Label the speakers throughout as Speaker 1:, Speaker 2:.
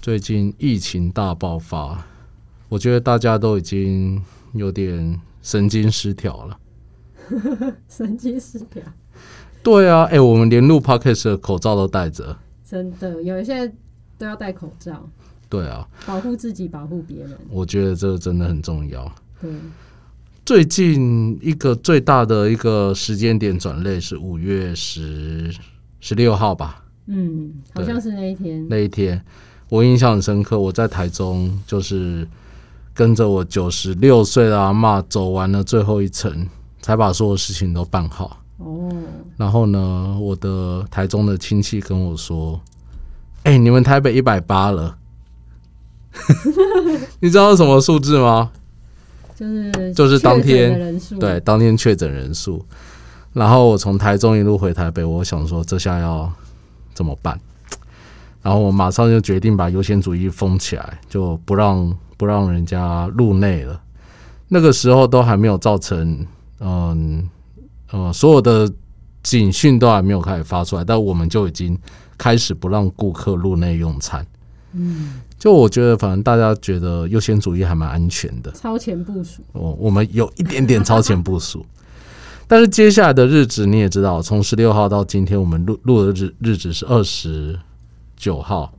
Speaker 1: 最近疫情大爆发，我觉得大家都已经有点神经失调了。
Speaker 2: 神经失调，
Speaker 1: 对啊，哎、我们连录 podcast 的口罩都戴着。
Speaker 2: 真的有一些都要戴口罩，
Speaker 1: 对啊，
Speaker 2: 保护自己，保护别人。
Speaker 1: 我觉得这真的很重要。
Speaker 2: 对，
Speaker 1: 最近一个最大的一个时间点转类是五月十十六号吧，
Speaker 2: 嗯，好像是那一天。
Speaker 1: 那一天我印象很深刻。我在台中就是跟着我九十六岁的阿嬷走完了最后一程，才把所有事情都办好。
Speaker 2: 哦，
Speaker 1: 然后呢，我的台中的亲戚跟我说：“哎、你们台北一百八了。” 你知道是什么数字吗？
Speaker 2: 就是
Speaker 1: 就是当
Speaker 2: 确诊的
Speaker 1: 天
Speaker 2: 人数，啊
Speaker 1: 对，，当天确诊人数。然后我从台中一路回台北，我想说这下要怎么办？然后我马上就决定把优先主义封起来，就不让不让人家入内了。那个时候都还没有造成，嗯呃，所有的警讯都还没有开始发出来，但我们就已经开始不让顾客入内用餐。
Speaker 2: 嗯，
Speaker 1: 就我觉得，反正大家觉得优先主义还蛮安全的。
Speaker 2: 超前部署，
Speaker 1: 我我们有一点点超前部署。但是接下来的日子你也知道，从十六号到今天，我们录录的日日子是二十九号、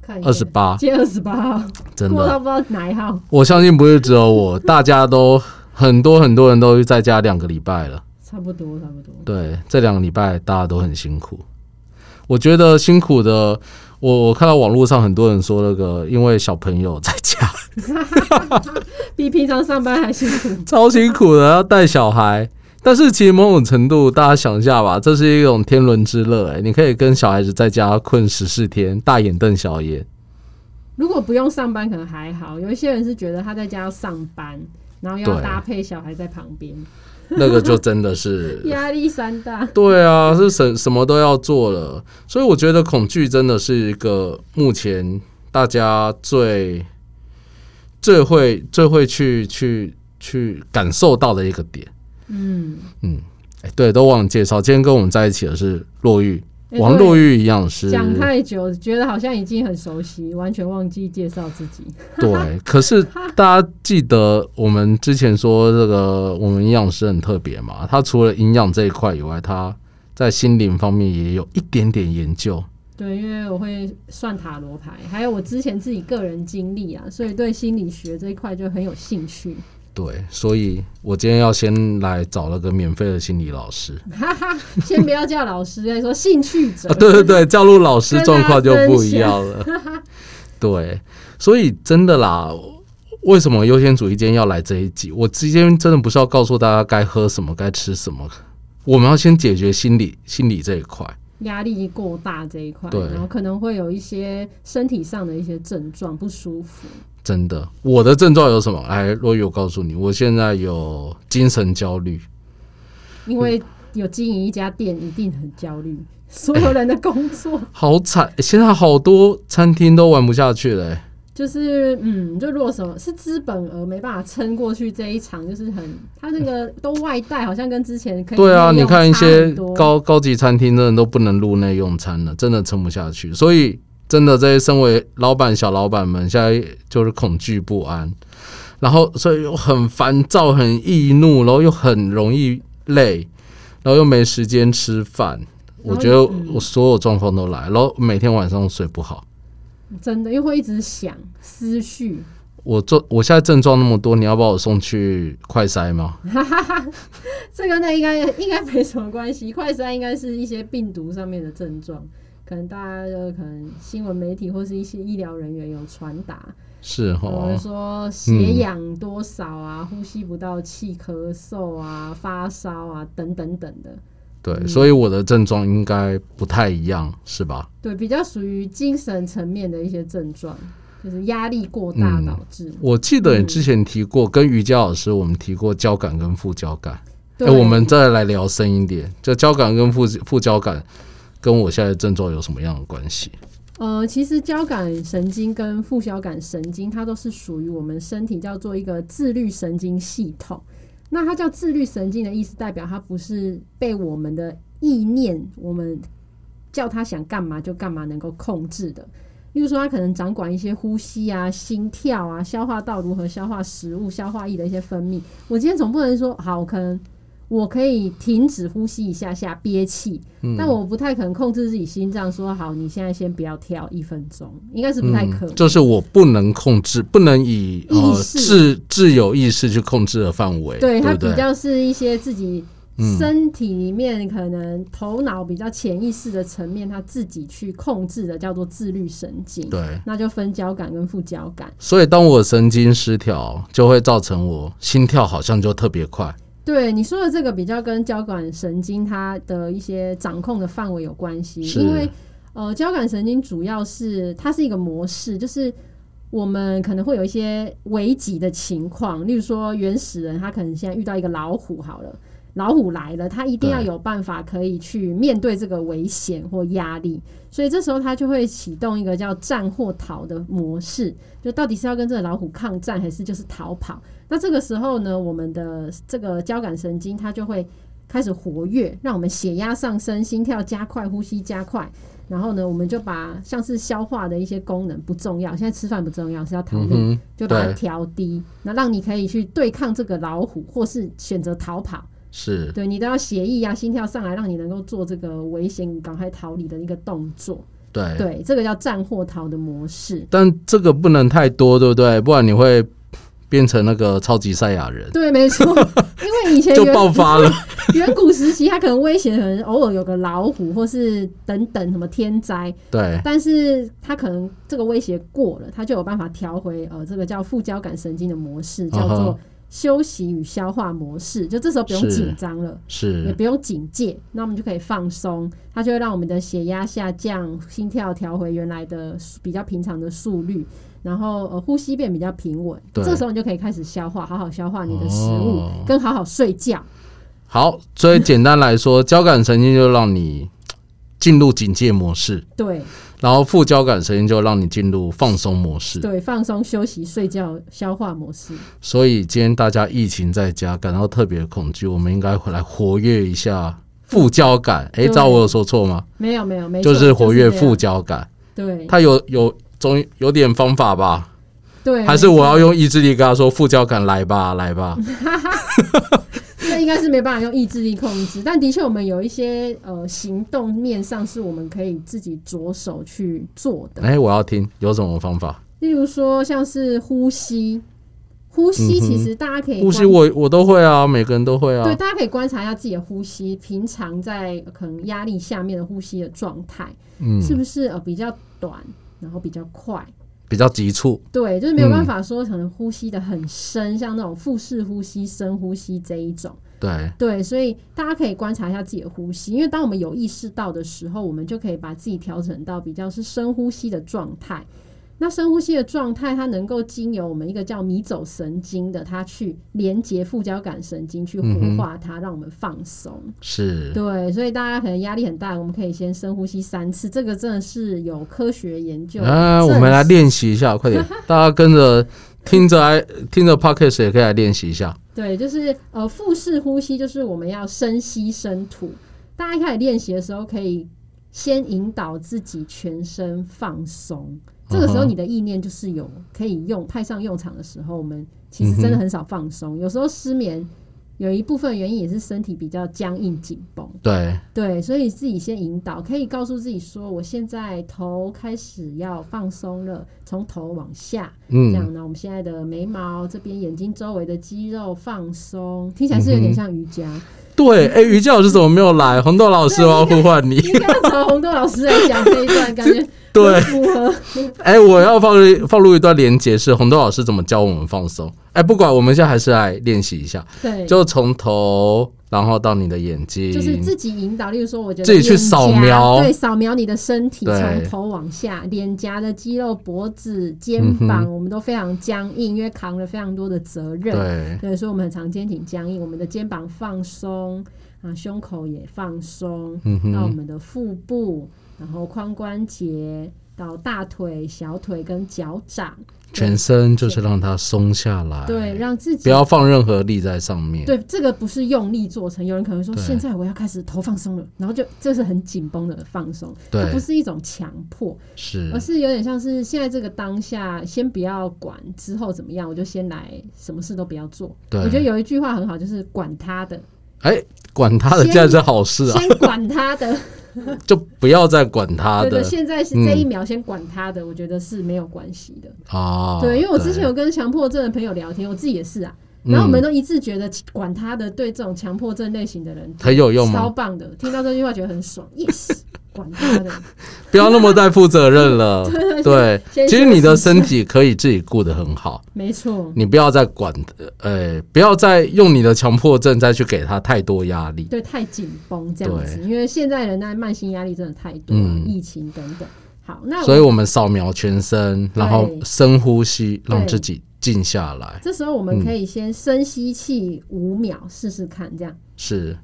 Speaker 2: 看一下
Speaker 1: 二十，八，
Speaker 2: 接二十八号，
Speaker 1: 真
Speaker 2: 过到
Speaker 1: 的，
Speaker 2: 不知道哪一号，
Speaker 1: 我相信不是只有我，大家都很多很多人都在家两个礼拜了。
Speaker 2: 差不多，差不多。
Speaker 1: 对，这两个礼拜大家都很辛苦。我觉得辛苦的，我我看到网络上很多人说那个，因为小朋友在家
Speaker 2: 比平常上班还辛苦，
Speaker 1: 超辛苦的，要带小孩。但是其实某种程度，大家想一下吧，这是一种天伦之乐。哎，你可以跟小孩子在家困十四天，大眼瞪小 眼。
Speaker 2: 如果不用上班可能还好，有一些人是觉得他在家要上班，然后要
Speaker 1: 对
Speaker 2: 搭配小孩在旁边，
Speaker 1: 那个就真的是，
Speaker 2: 压力山大。
Speaker 1: 对啊，是什什么都要做了。所以我觉得恐惧真的是一个目前大家最最会最会去去去感受到的一个点。
Speaker 2: 嗯，
Speaker 1: 哎，对，都忘了介绍，今天跟我们在一起的是洛玉，
Speaker 2: 哎
Speaker 1: 王
Speaker 2: 对
Speaker 1: 洛玉营养师。
Speaker 2: 讲太久，觉得好像已经很熟悉，完全忘记介绍自己。
Speaker 1: 对，可是大家记得我们之前说这个，我们营养师很特别嘛，他除了营养这一块以外，他在心灵方面也有一点点研究。
Speaker 2: 对，因为我会算塔罗牌，还有我之前自己个人经历啊，所以对心理学这一块就很有兴趣。
Speaker 1: 对，所以我今天要先来找了个免费的心理老师
Speaker 2: 哈哈，先不要叫老师，再说兴趣者
Speaker 1: 啊，。对对对，教路老师
Speaker 2: 跟大
Speaker 1: 状
Speaker 2: 家
Speaker 1: 况就不一样了。对，所以真的啦，为什么优先主义今天要来这一集？我今天真的不是要告诉大家该喝什么、该吃什么，我们要先解决心理心理这一块。
Speaker 2: 压力过大这一块
Speaker 1: 对，
Speaker 2: 然后可能会有一些身体上的一些症状不舒服。
Speaker 1: 真的，我的症状有什么？哎，若雨，我告诉你，我现在有精神焦虑。
Speaker 2: 因为有经营一家店，一定很焦虑，所有人的工作
Speaker 1: 好惨！现在好多餐厅都玩不下去了、哎
Speaker 2: 就是，嗯，就如果什么是资本额没办法撑过去这一场，就是很他那个都外带，好像跟之前可以
Speaker 1: 对啊，
Speaker 2: 内
Speaker 1: 你
Speaker 2: 用
Speaker 1: 看一
Speaker 2: 差
Speaker 1: 些
Speaker 2: 很多
Speaker 1: 高高级餐厅，真的都不能入内用餐了，真的撑不下去。所以，真的这些身为老板、小老板们，现在就是恐惧不安，然后所以又很烦躁、很易怒，然后又很容易累，然后又没时间吃饭。我觉得
Speaker 2: 嗯
Speaker 1: 我所有状况都来，然后每天晚上睡不好。
Speaker 2: 真的，又会一直想思绪，
Speaker 1: 我做我现在症状那么多，你要把我送去快筛吗？
Speaker 2: 这跟那应该应该没什么关系。快筛应该是一些病毒上面的症状，可能大家就可能新闻媒体或是一些医疗人员有传达，
Speaker 1: 是
Speaker 2: 有人
Speaker 1: 哦，
Speaker 2: 说血氧多少啊，呼吸不到气、咳嗽啊、发烧啊等等等的，
Speaker 1: 对，
Speaker 2: 嗯
Speaker 1: 所以我的症状应该不太一样，是吧？
Speaker 2: 对，比较属于精神层面的一些症状，就是压力过大
Speaker 1: 嗯
Speaker 2: 导致。
Speaker 1: 我记得你之前提过，跟瑜伽老师我们提过交感跟副交感。哎、
Speaker 2: 对，
Speaker 1: 我们再来聊深一点，就交感跟副副交感跟我现在的症状有什么样的关系？
Speaker 2: 呃，其实交感神经跟副交感神经，它都是属于我们身体叫做一个自律神经系统。那它叫自律神经的意思，代表它不是被我们的意念，我们叫它想干嘛就干嘛能够控制的。例如说，它可能掌管一些呼吸啊、心跳啊、消化道如何消化食物、消化液的一些分泌。我今天总不能说，好，我可能我可以停止呼吸一下下憋气，但我不太可能控制自己心脏说，好，你现在先不要跳一分钟，应该是不太可能。
Speaker 1: 就是我不能控制，不能以呃
Speaker 2: 意识
Speaker 1: 自自由意识去控制的范围，对
Speaker 2: 对，它
Speaker 1: 不
Speaker 2: 比
Speaker 1: 对？嗯
Speaker 2: 较是一些自己身体里面可能头脑比较潜意识的层面，它自己去控制的，叫做自律神经。
Speaker 1: 对，
Speaker 2: 那就分交感跟副交感。
Speaker 1: 所以当我神经失调，就会造成我心跳好像就特别快。
Speaker 2: 对你说的这个比较跟交感神经它的一些掌控的范围有关系，
Speaker 1: 是
Speaker 2: 因为呃，交感神经主要是它是一个模式，就是我们可能会有一些危急的情况，例如说原始人他可能现在遇到一个老虎好了，老虎来了，他一定要
Speaker 1: 对
Speaker 2: 有办法可以去面对这个危险或压力，所以这时候他就会启动一个叫战或逃的模式，就到底是要跟这个老虎抗战，还是就是逃跑？那这个时候呢，我们的这个交感神经它就会开始活跃，让我们血压上升，心跳加快，呼吸加快。然后呢，我们就把像是消化的一些功能不重要，现在吃饭不重要，是要逃
Speaker 1: 嗯
Speaker 2: 命，
Speaker 1: 哼，
Speaker 2: 就把它
Speaker 1: 对
Speaker 2: 调低，那让你可以去对抗这个老虎，或是选择逃跑。
Speaker 1: 是
Speaker 2: 对你都要协议啊，心跳上来，让你能够做这个危险赶快逃离的一个动作。
Speaker 1: 对。
Speaker 2: 对，这个叫战或逃的模式。
Speaker 1: 但这个不能太多，对不对？不然你会变成那个超级赛亚 人，
Speaker 2: 对， 没错，因为以前
Speaker 1: 就
Speaker 2: 原
Speaker 1: 爆发了。
Speaker 2: 远古时期，它可能威胁可能偶尔有个老虎，或是等等什么天灾，
Speaker 1: 对，
Speaker 2: 但是它可能这个威胁过了，它就有办法调回呃这个叫副交感神经的模式，叫
Speaker 1: 嗯
Speaker 2: 做
Speaker 1: 哼
Speaker 2: 休息与消化模式。就这时候不用
Speaker 1: 是
Speaker 2: 紧张了。也
Speaker 1: 是
Speaker 2: 不用警戒，那我们就可以放松，它就会让我们的血压下降，心跳调回原来的速比较平常的速率，然后呃呼吸变比较平稳。
Speaker 1: 对
Speaker 2: 这时候你就可以开始消化，好好消化你的食物，
Speaker 1: 哦
Speaker 2: 跟好好睡觉。
Speaker 1: 好。所以简单来说，交感神经就让你进入警戒模式，
Speaker 2: 对
Speaker 1: 然后副交感神经就让你进入放松模式。
Speaker 2: 对，放松、休息、睡觉、消化模式。
Speaker 1: 所以今天大家疫情在家感到特别恐惧，我们应该回来活跃一下副交感。诶，
Speaker 2: 对
Speaker 1: 知道我有说错吗？
Speaker 2: 没有没有没错，
Speaker 1: 就是活跃副
Speaker 2: 这
Speaker 1: 交感，
Speaker 2: 样。对
Speaker 1: 它有有总有点方法吧？
Speaker 2: 对，
Speaker 1: 还是我要用意志力跟他说副交感来吧，来吧。
Speaker 2: 嗯这应该是没办法用意志力控制，但的确我们有一些呃行动面上是我们可以自己着手去做的。
Speaker 1: 哎、我要听有什么方法？
Speaker 2: 例如说像是呼吸，呼吸
Speaker 1: 嗯哼
Speaker 2: 其实大家可以
Speaker 1: 呼吸
Speaker 2: 观
Speaker 1: 我我都会啊，每个人都会
Speaker 2: 对，
Speaker 1: 啊。
Speaker 2: 大家可以观察一下自己的呼吸，平常在呃可能压力下面的呼吸的状态，
Speaker 1: 嗯，
Speaker 2: 是不是呃比较短，然后比较快？
Speaker 1: 比较急促。
Speaker 2: 对，就是没有办法说可能呼吸的很深，像那种腹式呼吸、深呼吸这一种。
Speaker 1: 对，
Speaker 2: 对，所以大家可以观察一下自己的呼吸，因为当我们有意识到的时候，我们就可以把自己调整到比较是深呼吸的状态。那深呼吸的状态，它能够经由我们一个叫迷走神经的，它去连接副交感神经，去活化它，让我们放松。
Speaker 1: 嗯是。
Speaker 2: 对，所以大家可能压力很大，我们可以先深呼吸三次，这个真的是有科学研究。
Speaker 1: 啊，我们来。练习一下，快 点！大家跟着听着来听着 podcast 也可以来练习一下。
Speaker 2: 对，就是呃腹式呼吸，就是我们要深吸深吐。大家一开始练习的时候，可以先引导自己全身放松。这个时候，
Speaker 1: 嗯哼
Speaker 2: 你的意念就是有可以用派上用场的时候，我们其
Speaker 1: 嗯
Speaker 2: 实真的很少放松。有时候失眠有一部分原因也是身体比较僵硬紧绷，
Speaker 1: 对，
Speaker 2: 对，所以自己先引导，可以告诉自己说，我现在头开始要放松了，从头往下，这
Speaker 1: 嗯，
Speaker 2: 样呢，我们现在的眉毛这边、眼睛周围的肌肉放松，听起来是有点像瑜伽。
Speaker 1: 对。哎、瑜伽老师怎么没有来？红豆老师，我要呼唤你。
Speaker 2: 应该要找红豆老师来讲这一段，感觉
Speaker 1: 对
Speaker 2: 很符合。
Speaker 1: 哎、我要放入放入一段连接，是红豆老师怎么教我们放松。哎、不管，我们现在还是来练习一下，
Speaker 2: 对，
Speaker 1: 就从头，然后到你的眼睛，
Speaker 2: 就是自己引导，例如说，我觉得
Speaker 1: 自己去
Speaker 2: 脸
Speaker 1: 扫
Speaker 2: 颊
Speaker 1: 描
Speaker 2: 对，扫描你的身体，
Speaker 1: 对
Speaker 2: 从头往下，脸颊的肌肉、脖子、肩
Speaker 1: 嗯
Speaker 2: 膀，我们都非常僵硬，因为扛了非常多的责任。
Speaker 1: 对，
Speaker 2: 对，所以我们很常肩颈僵硬，我们的肩膀放松啊，胸口也放松，
Speaker 1: 嗯
Speaker 2: 那我
Speaker 1: 哼，
Speaker 2: 们的腹部、然后髋关节到大腿、小腿跟脚掌，
Speaker 1: 全身就是让它松下来，
Speaker 2: 对，让自
Speaker 1: 哎
Speaker 2: 己
Speaker 1: 不要放任何力在上面。
Speaker 2: 对，这个不是用力做成。有人可能说，
Speaker 1: 对
Speaker 2: 现在我要开始头放松了，然后就这是很紧绷的放松，
Speaker 1: 对嗯
Speaker 2: 它不是一种强迫，
Speaker 1: 是
Speaker 2: 而是有点像是现在这个当下，先不要管之后怎么样，我就先来，什么事都不要做。
Speaker 1: 对
Speaker 2: 我觉得有一句话很好，就是管他的，
Speaker 1: 哎，管他的，
Speaker 2: 先
Speaker 1: 竟然是好事啊！
Speaker 2: 先管他的，
Speaker 1: 就不要再管他
Speaker 2: 对对，
Speaker 1: 的
Speaker 2: 现在
Speaker 1: 嗯
Speaker 2: 是这一秒先管他的，我觉得是没有关系的。
Speaker 1: 啊。
Speaker 2: 对，因为我之前有跟强迫症的朋友聊天，我自己也是啊，
Speaker 1: 嗯
Speaker 2: 然后我们都一致觉得管他的，对这种强迫症类型的人
Speaker 1: 很有用
Speaker 2: 超
Speaker 1: 吗？
Speaker 2: 棒的，听到这句话觉得很 爽，yes，管他的，
Speaker 1: 不要那么太负责任 了。对，
Speaker 2: 先
Speaker 1: 其实你的
Speaker 2: 休息
Speaker 1: 身体可以自己顾得很好，
Speaker 2: 没错，
Speaker 1: 你不要再管，呃，不要再用你的强迫症再去给他太多压力。
Speaker 2: 对，太紧绷这样
Speaker 1: 对
Speaker 2: 子，因为现在人在慢性压力真的太多了，
Speaker 1: 嗯
Speaker 2: 疫情等等。好，那
Speaker 1: 所以
Speaker 2: 我
Speaker 1: 我们扫描全身，然后
Speaker 2: 对
Speaker 1: 深呼吸，让
Speaker 2: 对
Speaker 1: 自己静下来。
Speaker 2: 这时候我
Speaker 1: 嗯
Speaker 2: 们可以先深吸气五秒试试看，这样
Speaker 1: 是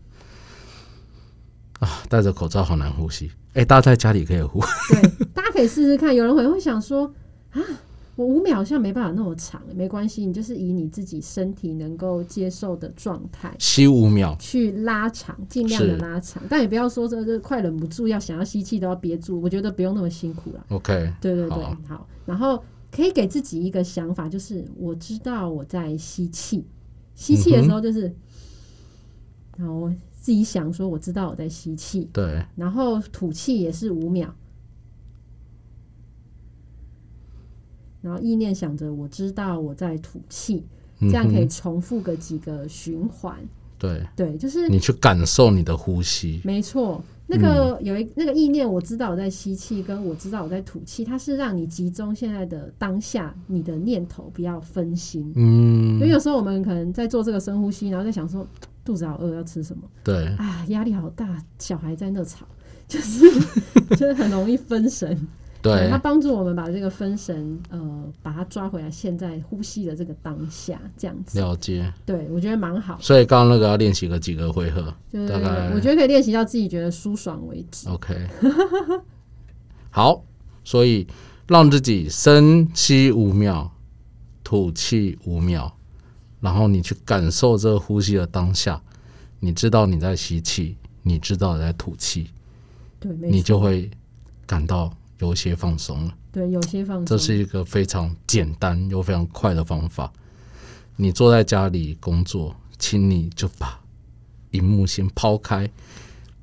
Speaker 1: 啊，戴着口罩好难呼吸。哎、大家在家里可以呼，
Speaker 2: 对，大家可以试试看。有人会会想说啊，我五秒好像没办法那么长，没关系，你就是以你自己身体能够接受的状态。
Speaker 1: 吸五秒。
Speaker 2: 去拉长，尽量的
Speaker 1: 是
Speaker 2: 拉长，但也不要说这这快忍不住，要想要吸气都要憋住，我觉得不用那么辛苦啦。
Speaker 1: OK，
Speaker 2: 对对对，
Speaker 1: 好
Speaker 2: 好然后可以给自己一个想法，就是我知道我在吸
Speaker 1: 嗯
Speaker 2: 气，吸气的时候就是，然后自己想说我知道我在吸气，
Speaker 1: 对，
Speaker 2: 然后吐气也是五秒，然后意念想着我知道我在吐气，
Speaker 1: 嗯
Speaker 2: 这样可以
Speaker 1: 哼
Speaker 2: 重复个几个循环。
Speaker 1: 对，
Speaker 2: 对，就是
Speaker 1: 你去感受你的呼吸。
Speaker 2: 没错，那个
Speaker 1: 嗯
Speaker 2: 有一那个意念，我知道我在吸气，跟我知道我在吐气，它是让你集中现在的当下，你的念头不要分心。因为
Speaker 1: 嗯，
Speaker 2: 有时候我们可能在做这个深呼吸，然后在想说肚子好饿，要吃什么
Speaker 1: 对，
Speaker 2: 啊？压力好大，小孩在那吵，就是 就是很容易分神。
Speaker 1: 对
Speaker 2: 它，帮助我们把这个分神，呃，把它抓回来，现在呼吸的这个当下，这样子。
Speaker 1: 了解。
Speaker 2: 对，我觉得蛮好，
Speaker 1: 所以刚刚那个要练习个几个回合，
Speaker 2: 就是
Speaker 1: 大概
Speaker 2: 我觉得可以练习到自己觉得舒爽为止。
Speaker 1: OK，好，所以让自己深吸五秒，吐气五秒，然后你去感受这个呼吸的当下，你知道你在吸气，你知道你在吐气，
Speaker 2: 对，没错
Speaker 1: 你。就会感到有一些放松了。
Speaker 2: 对，有些放
Speaker 1: 这
Speaker 2: 松，
Speaker 1: 是一个非常简单又非常快的方法。你坐在家里工作，请你就把荧幕先抛开，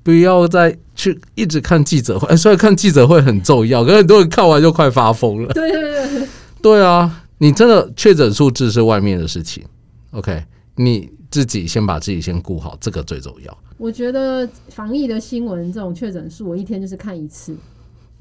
Speaker 1: 不要再去一直看记者会。 哎，虽然看记者会很重要，可是很多人看完就快发疯了。
Speaker 2: 对对对，
Speaker 1: 对啊，你真的确诊数字是外面的事情。OK，你自己先把自己先顾好，这个最重要。
Speaker 2: 我觉得防疫的新闻这种确诊数，我一天就是看一次，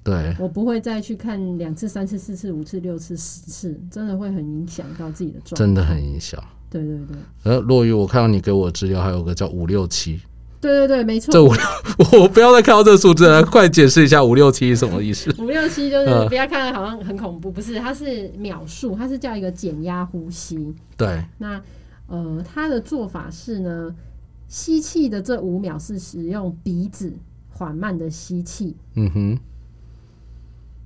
Speaker 1: 对，
Speaker 2: 我不会再去看两次、三次、四次、五次、六次、十次，真的会很影响到自己的状态。
Speaker 1: 真的很影响。
Speaker 2: 对对对，
Speaker 1: 呃，落雨，我看到你给我的资料，还有个叫五六七，
Speaker 2: 对对对，没
Speaker 1: 这
Speaker 2: 错。
Speaker 1: 五六，我不要再看到这个数字了，快解释一下五六七什么意思？
Speaker 2: 五六七就是
Speaker 1: 嗯
Speaker 2: 不要看，好像很恐怖，不是，它是秒数，它是叫一个减压呼吸。
Speaker 1: 对，
Speaker 2: 那呃，它的做法是呢，吸气的这五秒是使用鼻子缓慢的吸气，
Speaker 1: 嗯哼，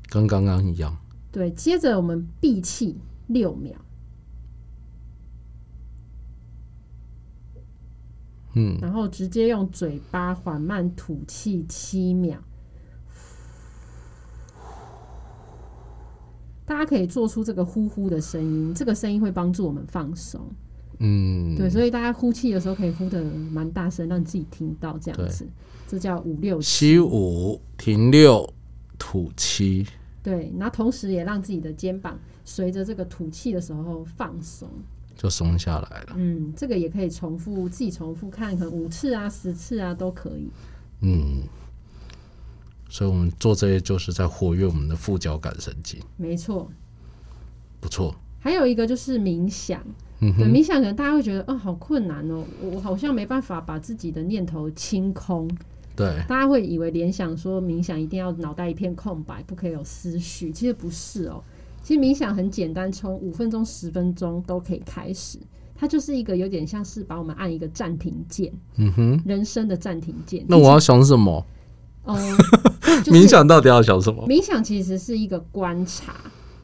Speaker 1: 跟刚刚一样，
Speaker 2: 对，接着我们闭气六秒。
Speaker 1: 嗯，
Speaker 2: 然后直接用嘴巴缓慢吐气七秒。大家可以做出这个呼呼的声音，这个声音会帮助我们放松。
Speaker 1: 嗯，
Speaker 2: 对，所以大家呼气的时候可以呼的蛮大声，让自己听到这样子。这叫五六七。
Speaker 1: 吸五停六吐七，
Speaker 2: 对，然后同时也让自己的肩膀随着这个吐气的时候放松。
Speaker 1: 就松下来了。
Speaker 2: 嗯，这个也可以重复，自己重复看，可能五次啊、十次啊都可以。
Speaker 1: 嗯，所以我们做这些就是在活跃我们的副交感神经，
Speaker 2: 没错，
Speaker 1: 不错。
Speaker 2: 还有一个就是冥想，
Speaker 1: 嗯
Speaker 2: 对冥想可能大家会觉得，哦，好困难哦，我我好像没办法把自己的念头清空。
Speaker 1: 对，
Speaker 2: 大家会以为联想说冥想一定要脑袋一片空白，不可以有思绪，其实不是哦。其实冥想很简单，从五分钟、十分钟都可以开始。它就是一个有点像是把我们按一个暂停键，
Speaker 1: 嗯哼，
Speaker 2: 人生的暂停键。
Speaker 1: 那我要想什么？
Speaker 2: 嗯， 就是
Speaker 1: 冥想到底要想什么？
Speaker 2: 冥想其实是一个观察，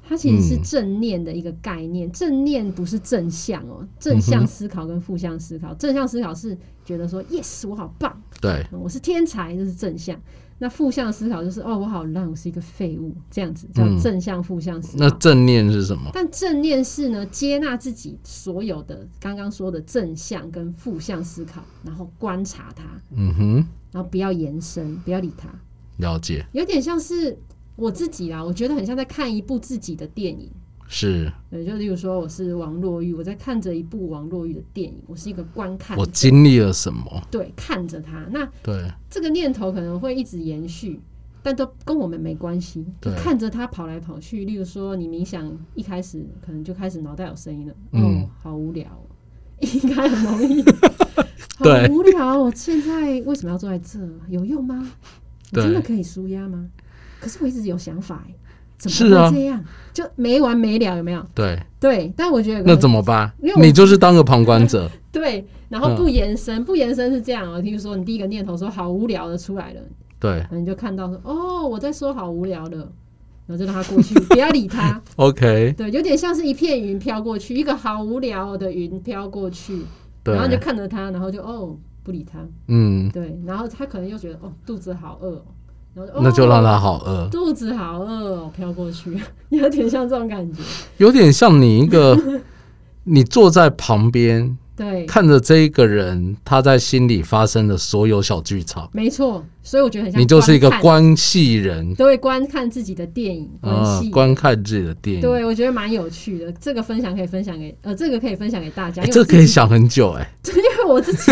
Speaker 2: 它其实是正念的一个概念。正念不是正向哦，正
Speaker 1: 嗯
Speaker 2: 向思考跟负向思考。正向思考是觉得说 “yes，我好棒，
Speaker 1: 对，
Speaker 2: 嗯我是天才”，这是正向。那负向思考就是“哦，我好烂，我是一个废物”，这样子叫
Speaker 1: 嗯
Speaker 2: 正向负向思考。
Speaker 1: 那正念是什么？
Speaker 2: 但正念是呢，接纳自己所有的刚刚说的正向跟负向思考，然后观察它，
Speaker 1: 嗯哼，
Speaker 2: 然后不要延伸，不要理它。
Speaker 1: 了解，
Speaker 2: 有点像是我自己啦，我觉得很像在看一部自己的电影。
Speaker 1: 是
Speaker 2: 对，就例如说我是王若玉，我在看着一部王若玉的电影，我是一个观看
Speaker 1: 我，经历了什么？
Speaker 2: 对，看着他。那
Speaker 1: 对，
Speaker 2: 这个念头可能会一直延续，但都跟我们没关系，就
Speaker 1: 对
Speaker 2: 看着他跑来跑去。例如说，你冥想一开始可能就开始脑袋有声音了，
Speaker 1: 嗯
Speaker 2: 哦，好无聊、哦，应该很容易，
Speaker 1: 对
Speaker 2: 好无聊、哦。我现在为什么要坐在这？有用吗？我
Speaker 1: 对
Speaker 2: 真的可以舒压吗？可是我一直有想法、欸，怎
Speaker 1: 是啊
Speaker 2: 么会这样？就没完没了，有没有？
Speaker 1: 对，
Speaker 2: 对，但我觉得有个
Speaker 1: 那怎么办
Speaker 2: 因为？我
Speaker 1: 你就是当个旁观 者，
Speaker 2: 对，然
Speaker 1: 嗯
Speaker 2: 后不延伸，不延伸是这样哦、譬如说，你第一个念头说好无聊的出来了，
Speaker 1: 对
Speaker 2: 然后你就看到说哦，我在说好无聊的，然后就让它过去，不要理它。
Speaker 1: ，OK，
Speaker 2: 对，有点像是一片云飘过去，一个好无聊的云飘过去，然后你就
Speaker 1: 对，
Speaker 2: 看着它，然后就哦不理它。
Speaker 1: 嗯，
Speaker 2: 对，然后它可能又觉得哦肚子好饿、哦，然后
Speaker 1: 那就让
Speaker 2: 它。
Speaker 1: 他好呃饿，
Speaker 2: 肚子好饿哦，飘过去， 有点像这种感觉。
Speaker 1: 有点像你一个， 你坐在旁边
Speaker 2: 对，
Speaker 1: 看着这一个人他在心里发生的所有小剧场，
Speaker 2: 没错，所以我觉得很像
Speaker 1: 你就是一个
Speaker 2: 观看，
Speaker 1: 关系人
Speaker 2: 都会观看自己的电影关
Speaker 1: 啊
Speaker 2: 系。，
Speaker 1: 观看自己的电影。
Speaker 2: 对，我觉得蛮有趣的，这个分享可以分享给呃，这个可以分享给大家。
Speaker 1: 哎
Speaker 2: 因为
Speaker 1: 这
Speaker 2: 我自
Speaker 1: 可以想很久哎、
Speaker 2: 己，因为 我自己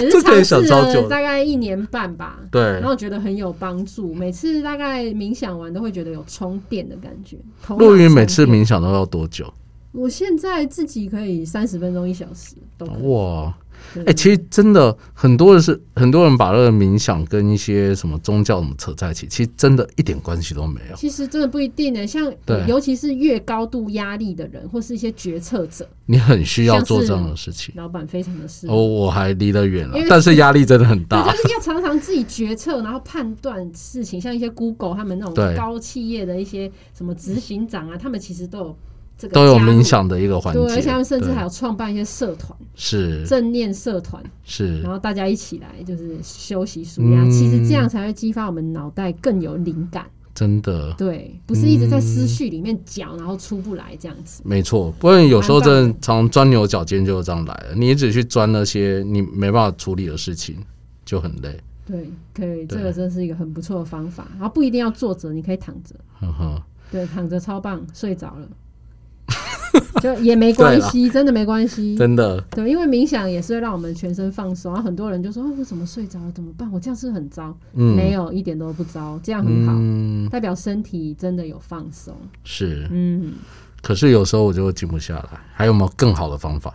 Speaker 2: 也
Speaker 1: 这
Speaker 2: 是
Speaker 1: 可以
Speaker 2: 尝
Speaker 1: 想
Speaker 2: 试
Speaker 1: 超久
Speaker 2: 了
Speaker 1: 的
Speaker 2: 大概一年半吧，
Speaker 1: 对
Speaker 2: 然，后觉得很有帮助。每次大概冥想完都会觉得有充电的感觉。头脑
Speaker 1: 陆云每
Speaker 2: 充
Speaker 1: 次
Speaker 2: 电，
Speaker 1: 冥想都要多久？
Speaker 2: 我现在自己可以三十分钟一小时都可以。
Speaker 1: 哇，
Speaker 2: 对
Speaker 1: 哦哎、其实真的很多人是很多人把那个冥想跟一些什么宗教什么扯在一起，其实真的一点关系都没有。
Speaker 2: 其实真的不一定呢，像
Speaker 1: 对
Speaker 2: 尤其是越高度压力的人，或是一些决策者，
Speaker 1: 你很需要
Speaker 2: 像
Speaker 1: 做
Speaker 2: 是
Speaker 1: 这样的事情。
Speaker 2: 老板非常的适合。
Speaker 1: 哦，我还离得远了
Speaker 2: 因，为
Speaker 1: 但是压力真的很
Speaker 2: 对，
Speaker 1: 大。
Speaker 2: 就是要常常自己决策，然后判断事情。像一些 Google 他们那
Speaker 1: 对
Speaker 2: 种高企业的一些什么执行长啊，他们其实都有这个
Speaker 1: 都有
Speaker 2: 加入
Speaker 1: 冥，想的一个环节，
Speaker 2: 对，而且他们甚至
Speaker 1: 对
Speaker 2: 还有创办一些社团，
Speaker 1: 是
Speaker 2: 正念社团，
Speaker 1: 是
Speaker 2: 然后大家一起来就是休息舒
Speaker 1: 嗯
Speaker 2: 压。其实这样才会激发我们脑袋更有灵感，
Speaker 1: 真的，
Speaker 2: 对，不是一直在
Speaker 1: 嗯
Speaker 2: 思绪里面搅，然后出不来这样子。
Speaker 1: 没错。不然有时候
Speaker 2: 蛮棒的
Speaker 1: 真的常钻牛角尖就这样来了，你只去钻那些你没办法处理的事情，就很累。
Speaker 2: 对，可以，
Speaker 1: 对
Speaker 2: 这个真是一个很不错的方法。然后不一定要坐着，你可以躺着，
Speaker 1: 呵呵，
Speaker 2: 对，躺着超棒，睡着了，就也没关系，真的没关系。
Speaker 1: 真的
Speaker 2: 对，因为冥想也是会让我们全身放松。然后很多人就说：“哦，我怎么睡着了？怎么办？我这样是不是很糟？”
Speaker 1: 嗯
Speaker 2: 没有，一点都不糟，这样很好，
Speaker 1: 嗯，
Speaker 2: 代表身体真的有放松。
Speaker 1: 是。
Speaker 2: 嗯，
Speaker 1: 可是有时候我就静不下来，还有没有更好的方法？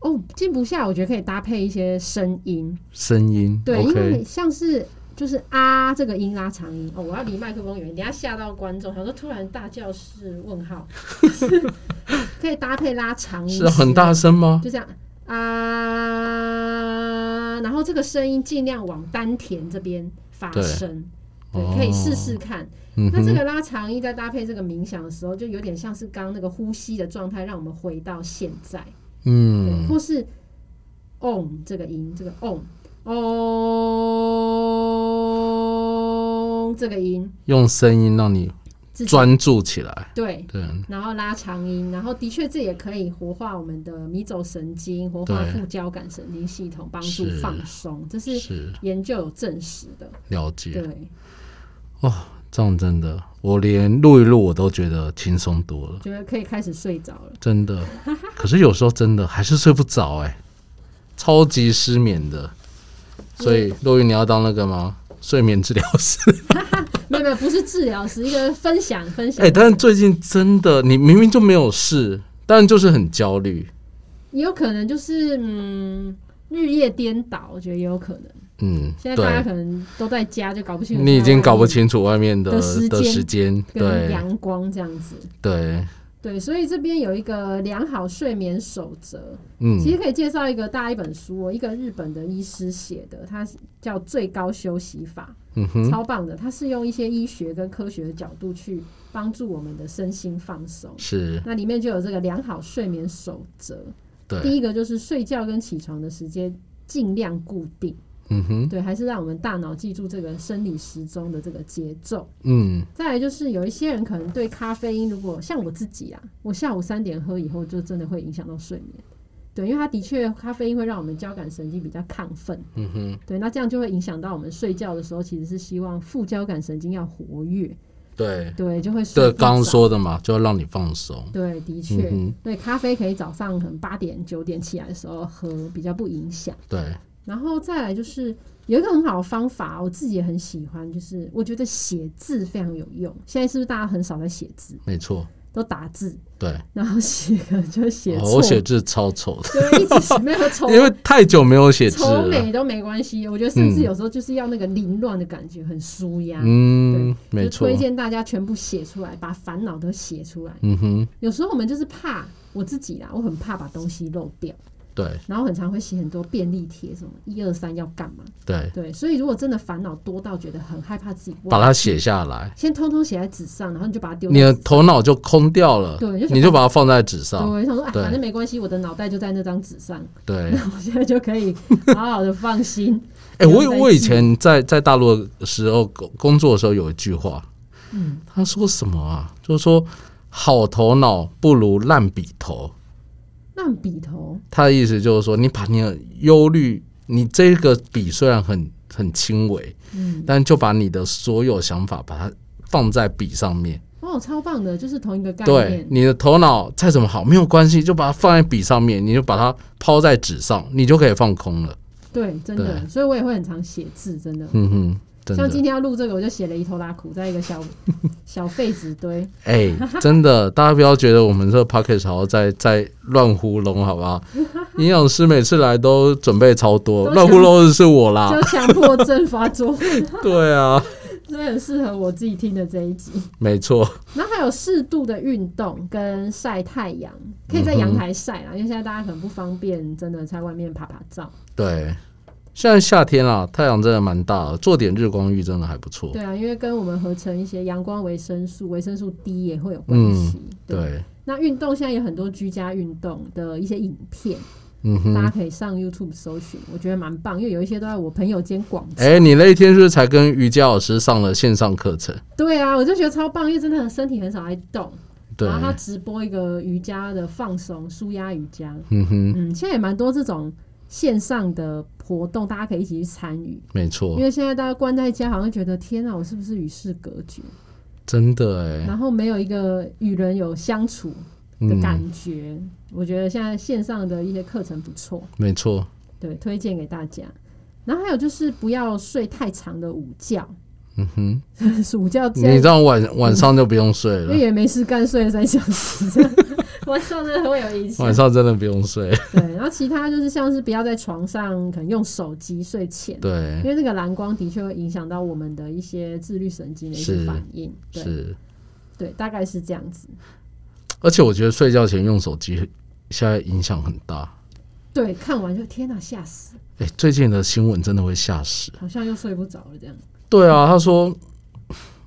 Speaker 2: 哦，静不下，我觉得可以搭配一些声音，
Speaker 1: 声音
Speaker 2: 对，因为
Speaker 1: ，OK，
Speaker 2: 像是就是啊这个音拉长音哦，我要离麦克风远一点，等一下吓到观众，想说突然大叫是问号， 可以搭配拉长 音，
Speaker 1: 是啊很大，声吗？
Speaker 2: 就这样啊，然后这个声音尽量往丹田这边发
Speaker 1: 对
Speaker 2: 声。
Speaker 1: 哦
Speaker 2: 对，可以试试看。
Speaker 1: 嗯
Speaker 2: 那这
Speaker 1: 哼，
Speaker 2: 个拉长音再搭配这个冥想的时候，就有点像是刚刚那个呼吸的状态，让我们回到现在。对，
Speaker 1: 嗯，
Speaker 2: 或是 on 这个音，这个 on on 这个音，
Speaker 1: 用声音让你
Speaker 2: 自己
Speaker 1: 专注起来，
Speaker 2: 对，
Speaker 1: 对，
Speaker 2: 然后拉长音，然后的确这也可以活化我们的迷走神经，活化
Speaker 1: 对
Speaker 2: 副交感神经系统，帮助
Speaker 1: 是
Speaker 2: 放松，这是
Speaker 1: 是
Speaker 2: 研究有证实的。
Speaker 1: 了解。
Speaker 2: 对，
Speaker 1: 哦，这样真的，我连录一录我都觉得轻松多了。
Speaker 2: 觉得可以开始睡着了。
Speaker 1: 真 的，可是有时候真的还是睡不着哎、超级失眠的。所以若云，你要当那个吗？睡眠治疗师？
Speaker 2: 没有没有，不是治疗，是一个分享分享。
Speaker 1: 哎、但是最近真的，你明明就没有事，但就是很焦虑。
Speaker 2: 也有可能就是嗯日夜颠倒，我觉得也有可能。
Speaker 1: 嗯，
Speaker 2: 现在大家
Speaker 1: 对，
Speaker 2: 可能都在家，就搞不清楚。
Speaker 1: 你已经搞不，清楚外面的
Speaker 2: 的时
Speaker 1: 的
Speaker 2: 间
Speaker 1: 时间。
Speaker 2: 跟
Speaker 1: 对
Speaker 2: 阳光这样子。
Speaker 1: 对，
Speaker 2: 对，所以这边有一个良好睡眠守则，其
Speaker 1: 嗯
Speaker 2: 实可以介绍一个大家一本书、哦，一个日本的医师写的，它叫《最高休息法》。
Speaker 1: 嗯哼，
Speaker 2: 超棒的。它是用一些医学跟科学的角度去帮助我们的身心放松。
Speaker 1: 是
Speaker 2: 那里面就有这个良好睡眠守则，第
Speaker 1: 对，
Speaker 2: 一个就是睡觉跟起床的时间尽量固定，
Speaker 1: 嗯哼，
Speaker 2: 对，还是让我们大脑记住这个生理时钟的这个节奏。
Speaker 1: 嗯，
Speaker 2: 再来就是有一些人可能对咖啡因，如果像我自己啊，我下午三点喝以后，就真的会影响到睡眠。对，因为它的确咖啡因会让我们交感神经比较亢奋，
Speaker 1: 嗯哼，
Speaker 2: 对，那这样就会影响到我们睡觉的时候，其实是希望副交感神经要活跃，
Speaker 1: 对，
Speaker 2: 对，就会睡
Speaker 1: 这
Speaker 2: 不
Speaker 1: 刚刚
Speaker 2: 着，
Speaker 1: 说的嘛，就要让你放松。
Speaker 2: 对，的确，
Speaker 1: 嗯哼
Speaker 2: 对，咖啡可以早上可能八点九点起来的时候喝，比较不影响。
Speaker 1: 对，
Speaker 2: 然后再来就是有一个很好的方法，我自己也很喜欢，就是我觉得写字非常有用。现在是不是大家很少在写字，
Speaker 1: 没错，
Speaker 2: 都打字，
Speaker 1: 对。
Speaker 2: 然后写可能就写
Speaker 1: 哦
Speaker 2: 错，
Speaker 1: 我写字超丑的，
Speaker 2: 就一直写没有 丑
Speaker 1: 因为太久没有写字
Speaker 2: 丑
Speaker 1: 了。
Speaker 2: 美都没关系。我觉得甚至
Speaker 1: 嗯
Speaker 2: 有时候就是要那个凌乱的感觉，很舒压。
Speaker 1: 嗯，
Speaker 2: 就
Speaker 1: 没错
Speaker 2: 推。荐大家全部写出来，把烦恼都写出来。
Speaker 1: 嗯哼，
Speaker 2: 有时候我们就是怕我自己啦，我很怕把东西漏掉，
Speaker 1: 对
Speaker 2: 然后很常会写很多便利贴，什么一二三要干嘛？
Speaker 1: 对，
Speaker 2: 对，所以如果真的烦恼多到觉得很害怕自己忘
Speaker 1: 把它写下来，
Speaker 2: 先通通写在纸上，然后你就把它丢在
Speaker 1: 你
Speaker 2: 纸
Speaker 1: 的
Speaker 2: 上。
Speaker 1: 头脑就空掉了
Speaker 2: 对就，想
Speaker 1: 你就把它放在纸上。
Speaker 2: 对，我想说，哎，
Speaker 1: 对
Speaker 2: 反正没关系，我的脑袋就在那张纸上，
Speaker 1: 对，
Speaker 2: 那我现在就可以好好的放心。
Speaker 1: 哎、
Speaker 2: 不
Speaker 1: 我以
Speaker 2: 用担
Speaker 1: 我以
Speaker 2: 心
Speaker 1: 前在在大陆的时候工工作的时候有一句话，
Speaker 2: 嗯，
Speaker 1: 他说什么啊？就是说好头脑不如烂笔头。
Speaker 2: 烂笔头，
Speaker 1: 他的意思就是说，你把你的忧虑，你这个笔虽然很很轻微，
Speaker 2: 嗯，
Speaker 1: 但就把你的所有想法把它放在笔上面。
Speaker 2: 哦，超棒的，就是同一个概
Speaker 1: 对
Speaker 2: 念，。
Speaker 1: 你的头脑再怎么好没有关系，就把它放在笔上面，你就把它抛在纸上，你就可以放空了。
Speaker 2: 对，真的，
Speaker 1: 对
Speaker 2: 所以我也会很常写字，真的。
Speaker 1: 嗯哼，真
Speaker 2: 像
Speaker 1: 的。
Speaker 2: 今天要录这个，我就写了一头拉苦，在一个 小小废纸堆。
Speaker 1: 哎、真的，大家不要觉得我们这个 p o c k e t 好像在在乱糊弄，好不 好？营养师每次来都准备超多，
Speaker 2: 都
Speaker 1: 乱糊弄的是我啦
Speaker 2: 就。强迫症发作，
Speaker 1: 对啊，
Speaker 2: 所以很适合我自己听的这一集。
Speaker 1: 没错，
Speaker 2: 然后还有适度的运动跟晒太阳，可
Speaker 1: 嗯
Speaker 2: 以在阳台晒啦，因为现在大家可能不方便，真的在外面爬爬照。
Speaker 1: 对。现在夏天啊，太阳真的蛮大的，做点日光浴真的还不错。
Speaker 2: 对啊，因为跟我们合成一些阳光维生素、维生素 D 也会有关系。
Speaker 1: 嗯对，
Speaker 2: 那运动现在有很多居家运动的一些影片，
Speaker 1: 嗯
Speaker 2: 大家
Speaker 1: 哼。
Speaker 2: 可以上 YouTube 搜寻，我觉得蛮棒，因为有一些都在我朋友间广场。
Speaker 1: 哎、你那一天是不是才跟瑜伽老师上了线上课程？
Speaker 2: 对啊，我就觉得超棒，因为真的很身体很少在动，
Speaker 1: 对
Speaker 2: 然，后他直播一个瑜伽的放松、舒压瑜伽，
Speaker 1: 嗯哼，
Speaker 2: 嗯，现在也蛮多这种线上的活动，大家可以一起去参与。
Speaker 1: 没
Speaker 2: 因
Speaker 1: 错，
Speaker 2: 为现在大家关在家，好像觉得天啊，我是不是与世隔绝？
Speaker 1: 真的哎、
Speaker 2: 然后没有一个与人有相处的感
Speaker 1: 嗯，
Speaker 2: 觉。我觉得现在线上的一些课程不错，
Speaker 1: 没错，
Speaker 2: 对，推荐给大家。然后还有就是不要睡太长的午觉，
Speaker 1: 嗯哼，
Speaker 2: 暑觉
Speaker 1: 你
Speaker 2: 这
Speaker 1: 这样晚晚上就不用睡
Speaker 2: 因
Speaker 1: 了
Speaker 2: 为。也没事干，睡了三小时， 这样晚上真的会 有影响
Speaker 1: 晚。上真的不用睡，
Speaker 2: 对，然后其他就是像是不要在床上可能用手机睡前，
Speaker 1: 对
Speaker 2: 因，为那个蓝光的确会影响到我们的一些自律神经的一些
Speaker 1: 是
Speaker 2: 反应，对
Speaker 1: 是。
Speaker 2: 对，大概是这样子。
Speaker 1: 而且我觉得睡觉前用手机现在影响很大。
Speaker 2: 对，看完就天哪、吓死，
Speaker 1: 哎、最近的新闻真的会吓死。
Speaker 2: 好像又睡不着了这样。
Speaker 1: 对啊，他说，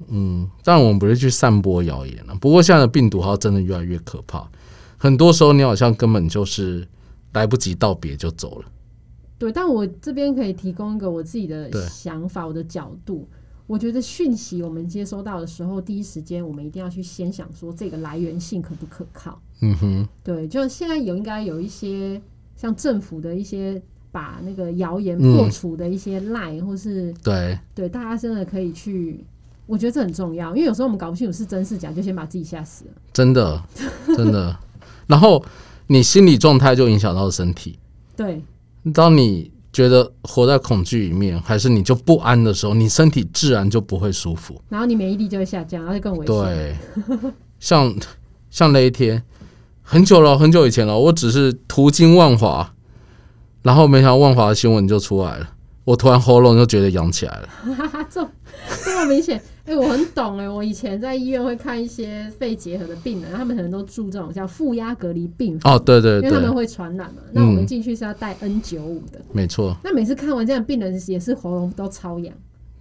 Speaker 1: 嗯，但我们不是去散播谣言啊了、不过现在的病毒它真的越来越可怕，很多时候你好像根本就是来不及道别就走了。
Speaker 2: 对，但我这边可以提供一个我自己的
Speaker 1: 对
Speaker 2: 想法，我的角度。我觉得讯息我们接收到的时候，第一时间我们一定要去先想说这个来源性可不可靠。
Speaker 1: 嗯哼，
Speaker 2: 对，就现在有应该有一些像政府的一些把那个谣言
Speaker 1: 嗯
Speaker 2: 破除的一些 line、或是
Speaker 1: 对
Speaker 2: 对，大家真的可以去，我觉得这很重要，因为有时候我们搞不清楚是真是假，就先把自己吓死了。
Speaker 1: 真的 真的。然后你心理状态就影响到身体。
Speaker 2: 对，
Speaker 1: 当你觉得活在恐惧里面，还是你就不安的时候，你身体自然就不会舒服。
Speaker 2: 然后你免疫力就会下降，然后就更危险。
Speaker 1: 对，像像那一天，很久了，很久以前了，我只是途经万华，然后没想到万华的新闻就出来了，我突然喉咙就觉得痒起来了。
Speaker 2: 这这么明显，哎、我很懂哎、我以前在医院会看一些肺结核的病人，他们可能都住这种叫负压隔离病房，
Speaker 1: 哦，对对
Speaker 2: 因为他们
Speaker 1: 对，
Speaker 2: 会传染嘛。那我们
Speaker 1: 嗯
Speaker 2: 进去是要戴 N 九五的，
Speaker 1: 没错，
Speaker 2: 那每次看完这样的病人也是喉咙都超痒，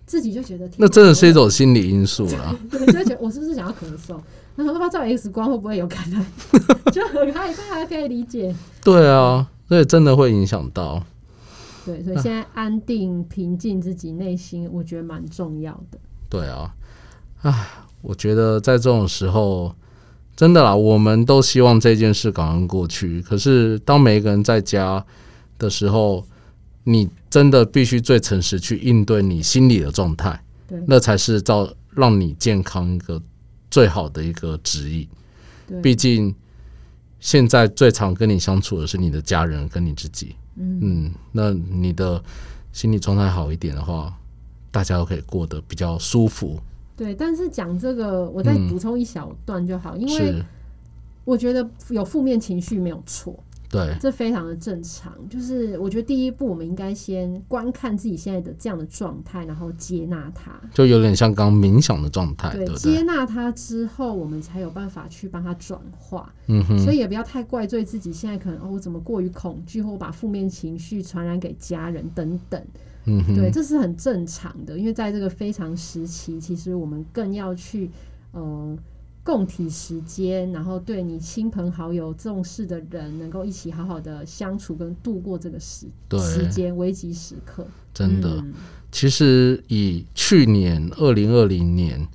Speaker 2: 自己就觉得
Speaker 1: 那真的是一种心理因素 啦。
Speaker 2: 对，就觉得我是不是想要咳嗽？然后要不要照 X 光会不会有感染？ 就很害怕，可以理解。
Speaker 1: 对啊，所以真的会影响到。
Speaker 2: 对，
Speaker 1: 啊
Speaker 2: 所以现在安定、平静自己内心，我觉得蛮重要的。
Speaker 1: 对啊，唉，我觉得在这种时候，真的啦，我们都希望这件事赶快过去。可是当每一个人在家的时候，你真的必须最诚实去应对你心理的状态，
Speaker 2: 对
Speaker 1: 那才是造让你健康一个最好的一个指引。
Speaker 2: 对，
Speaker 1: 毕竟现在最常跟你相处的是你的家人跟你自己。
Speaker 2: 嗯
Speaker 1: 那你的心理状态好一点的话，大家都可以过得比较舒服。
Speaker 2: 对。但是讲这个，我再补充一小段就好，因为
Speaker 1: 嗯是，
Speaker 2: 我觉得有负面情绪没有错，
Speaker 1: 对，
Speaker 2: 这非常的正常。就是我觉得第一步，我们应该先观看自己现在的这样的状态，然后接纳它。
Speaker 1: 就有点像刚刚冥想的状态，哎对
Speaker 2: 对，
Speaker 1: 不
Speaker 2: 接
Speaker 1: 对？
Speaker 2: 纳它之后，我们才有办法去帮它转化。
Speaker 1: 嗯哼，
Speaker 2: 所以也不要太怪罪自己，现在可能哦，我怎么过于恐惧，或把负面情绪传染给家人等等。
Speaker 1: 嗯
Speaker 2: 对，
Speaker 1: 哼，
Speaker 2: 这是很正常的，因为在这个非常时期，其实我们更要去呃共体时间，然后对你亲朋好友重视的人，能够一起好好的相处跟度过这个时
Speaker 1: 对
Speaker 2: 时间危急时刻。
Speaker 1: 真的。
Speaker 2: 嗯
Speaker 1: 其实以去年二零二零年，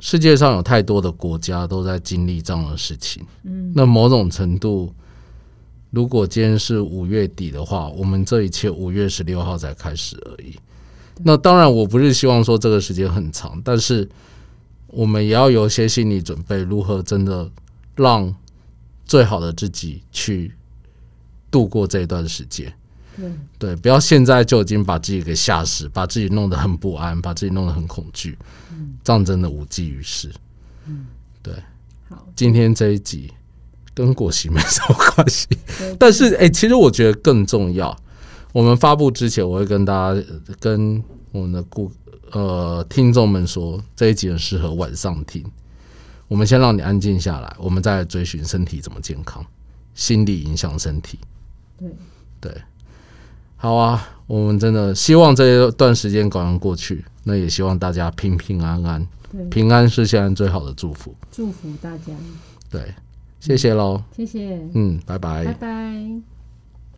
Speaker 1: 世界上有太多的国家都在经历这样的事情。
Speaker 2: 嗯，
Speaker 1: 那某种程度，如果今天是五月底的话，我们这一切五月十六号才开始而已。那当然，我不是希望说这个时间很长，但是我们也要有一些心理准备，如何真的让最好的自己去度过这一段时间。
Speaker 2: 对
Speaker 1: 对，不要现在就已经把自己给吓死，把自己弄得很不安，把自己弄得很恐惧，这样真的无济于事。
Speaker 2: 好，
Speaker 1: 今天这一集跟果昔没什么关系
Speaker 2: 对，
Speaker 1: 但是哎、诶其实我觉得更重要。我们发布之前，我会跟大家、呃跟我们的顾呃听众们说，这一集很适合晚上听。我们先让你安静下来，我们再来追寻身体怎么健康，心理影响身体。
Speaker 2: 对，
Speaker 1: 对，好啊，我们真的希望这一段时间赶快过去，那也希望大家平平安安，
Speaker 2: 对，
Speaker 1: 平安是现在最好的祝福。
Speaker 2: 祝福大家，
Speaker 1: 对，谢谢喽。哎
Speaker 2: 谢谢，
Speaker 1: 嗯，拜
Speaker 2: 拜拜